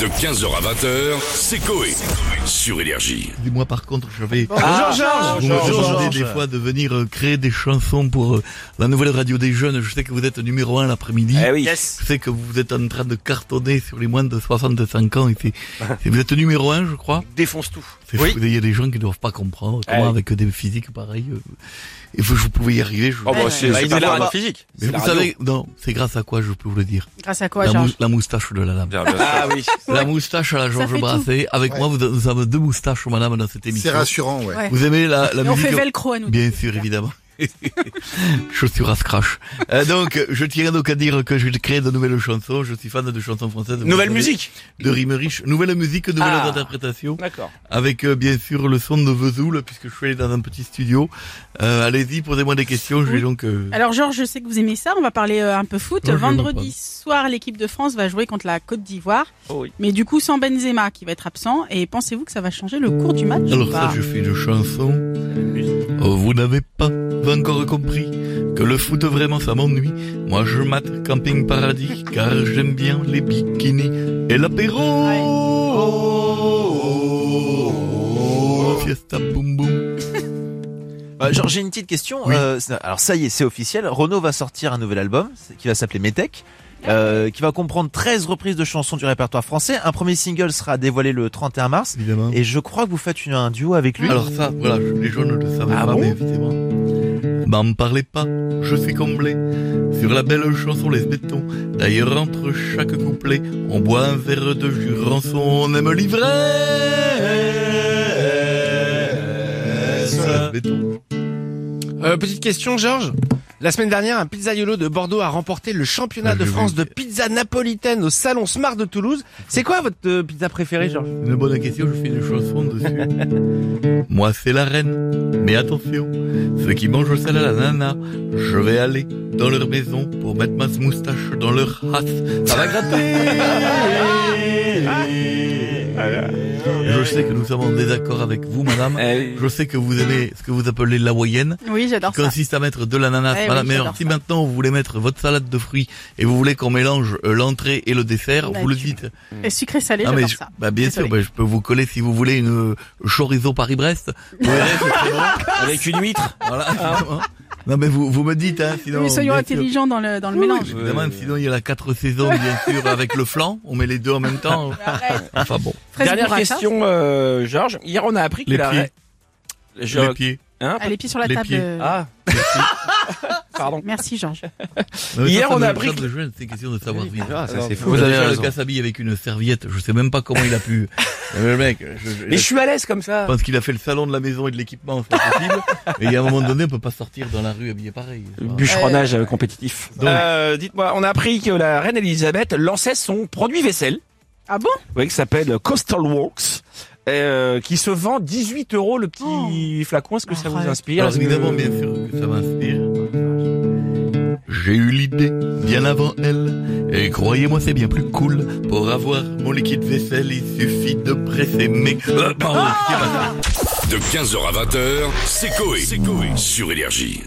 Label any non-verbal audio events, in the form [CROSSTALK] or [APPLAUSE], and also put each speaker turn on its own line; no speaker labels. De 15h à 20h, c'est Coé. Sur Énergie.
Dis-moi par contre, j'avais
Bonjour Oh, Georges
vous me demandez des fois de venir euh, créer des chansons pour euh, la nouvelle radio des jeunes. Je sais que vous êtes numéro un l'après-midi.
Eh oui.
Je sais que vous êtes en train de cartonner sur les moins de 65 ans. Et
[LAUGHS]
c'est- c'est- vous êtes numéro un, je crois.
Défonce tout.
C'est fou, Il y a des gens qui ne doivent pas comprendre comment
Eh oui.
avec des physiques pareilles. euh, et vous, je pouvais y arriver. je-
Oh bah c'est
Bah, il
super
nous l'a
fort.
pas.
physique.
Mais vous savez, non, c'est grâce à quoi je peux vous le dire.
Grâce à quoi,
la, mous-
Georges
la moustache de la lame.
Ah oui.
La moustache à la
fait
Georges
tout.
Brassé. Avec
Ouais.
moi, vous, nous avons deux moustaches, madame, dans cette
C'est
émission.
rassurant, ouais.
Ouais.
Vous aimez la, la
Et on
musique
fait velcro à nous.
Bien sûr, [LAUGHS] évidemment. Chaussure à scratch. Euh, donc, euh, je tiens donc à dire que j'ai créé de nouvelles chansons. Je suis fan de chansons françaises. Vous
Nouvelle
savez,
musique.
De rimes riches. Nouvelle musique, nouvelles
Ah.
interprétations.
D'accord.
Avec, euh, bien sûr, le son de Vesoul, puisque je suis allé dans un petit studio. Euh, allez-y, posez-moi des questions. Je vais
Oui.
donc... euh,
Alors Georges, je sais que vous aimez ça, on va parler euh, un peu foot.
Non, Oh, je
Vendredi
l'aime
soir, l'équipe de France va jouer contre la Côte d'Ivoire.
Oh oui.
Mais du coup, sans Benzema qui va être absent. Et pensez-vous que ça va changer le cours du match
Alors
ou
ça,
pas
je fais une chanson. Oh, vous n'avez pas encore compris que le foot vraiment ça m'ennuie. Moi je mate Camping Paradis car j'aime bien les bikinis et l'apéro. Oh, Fiesta boum boum.
Euh, Genre, j'ai une petite question.
Oui.
Euh, c'est- alors, ça y est, c'est officiel. Renault va sortir un nouvel album c'est- qui va s'appeler Metech, euh, qui va comprendre 13 reprises de chansons du répertoire français. Un premier single sera dévoilé le 31 mars.
Évidemment.
Et je crois que vous faites une- un duo avec lui.
Alors ça, voilà, je- les gens ne le savaient
Ah
pas,
bon
mais évidemment. M'en parlez pas, je suis comblé. Sur la belle chanson Les Bétons, d'ailleurs entre chaque couplet, on boit un verre de jus rançon, on aime l'ivresse. Les Bétons.
Euh, petite question, Georges. La semaine dernière, un pizzaiolo de Bordeaux a remporté le championnat
Ah,
de
j'ai
France
vu.
de pizza napolitaine au salon Smart de Toulouse. C'est quoi votre euh, pizza préférée, Georges
Une bonne question, je fais une chanson dessus.
[LAUGHS]
Moi c'est la reine, mais attention, ceux qui mangent ça à la nana, je vais aller dans leur maison pour mettre ma moustache dans leur race. Ça va
[LAUGHS]
gratter Je sais que nous sommes en désaccord avec vous, madame.
Eh.
Eh
Je sais que vous aimez ce que vous appelez l'hawaïenne,
Oui, j'adore
qui
ça.
consiste à mettre de l'ananas.
Eh oui,
madame. mais
j'adore
alors, si
ça.
maintenant vous voulez mettre votre salade de fruits et vous voulez qu'on mélange euh, l'entrée et le dessert,
Bah,
vous le
tu-
dites.
Et sucré salé,
Ah, mais
j'adore
je-
ça.
bah, bien sûr,
Désolée.
bah, je peux vous coller si vous voulez une euh, chorizo Paris-Brest. Vous verrez, c'est très bon.
Avec une
[LAUGHS]
huître.
Voilà. [LAUGHS] Hein Non mais vous, vous me dites hein, sinon.
Oui, Ah. soyons
bien
intelligents dans le, dans le
sûr.
mélange.
Oui, évidemment, sinon il y a la quatre saisons bien sûr avec le flan, on met les deux en même temps.
Arrête.
Enfin bon,
Fraise
Dernière
burrata.
question, euh, Georges. Hier, on a appris que
les
la.
pieds,
Je-
les pieds.
Hein,
Ah, les pieds sur la
Les
table.
pieds.
euh,
Ah. Pardon.
Merci Georges.
Non, mais
Hier,
ça, ça
on
me
a appris
regarde le jeu, c'est question de savoir vivre.
ça, c'est
Vous avez Charles Cassabi avec une serviette, je sais même pas comment il a pu. le mec, je, je-
Mais je suis à l'aise comme ça.
je pense qu'il a fait le salon de la maison et de l'équipement, c'est pas possible. Et il y a un moment donné, on peut pas sortir dans la rue habillé pareil.
Bûcheronnage euh, compétitif.
Donc-
Euh, Dites-moi, on a appris que la reine Elisabeth lançait son produit vaisselle,
Ah bon
oui, qui s'appelle Coastal Works, euh, qui se vend 18 euros le petit
Oh.
flacon. Est-ce que ça vous
Arrête.
inspire
Alors
Est-ce que-
évidemment, bien sûr que ça m'inspire. J'ai eu l'idée bien avant elle, et croyez-moi c'est bien plus cool. Pour avoir mon liquide vaisselle, il suffit de presser mes... Euh, pardon, c'est pas ça.
De 15h à 20h, c'est Coé. Sur Énergie.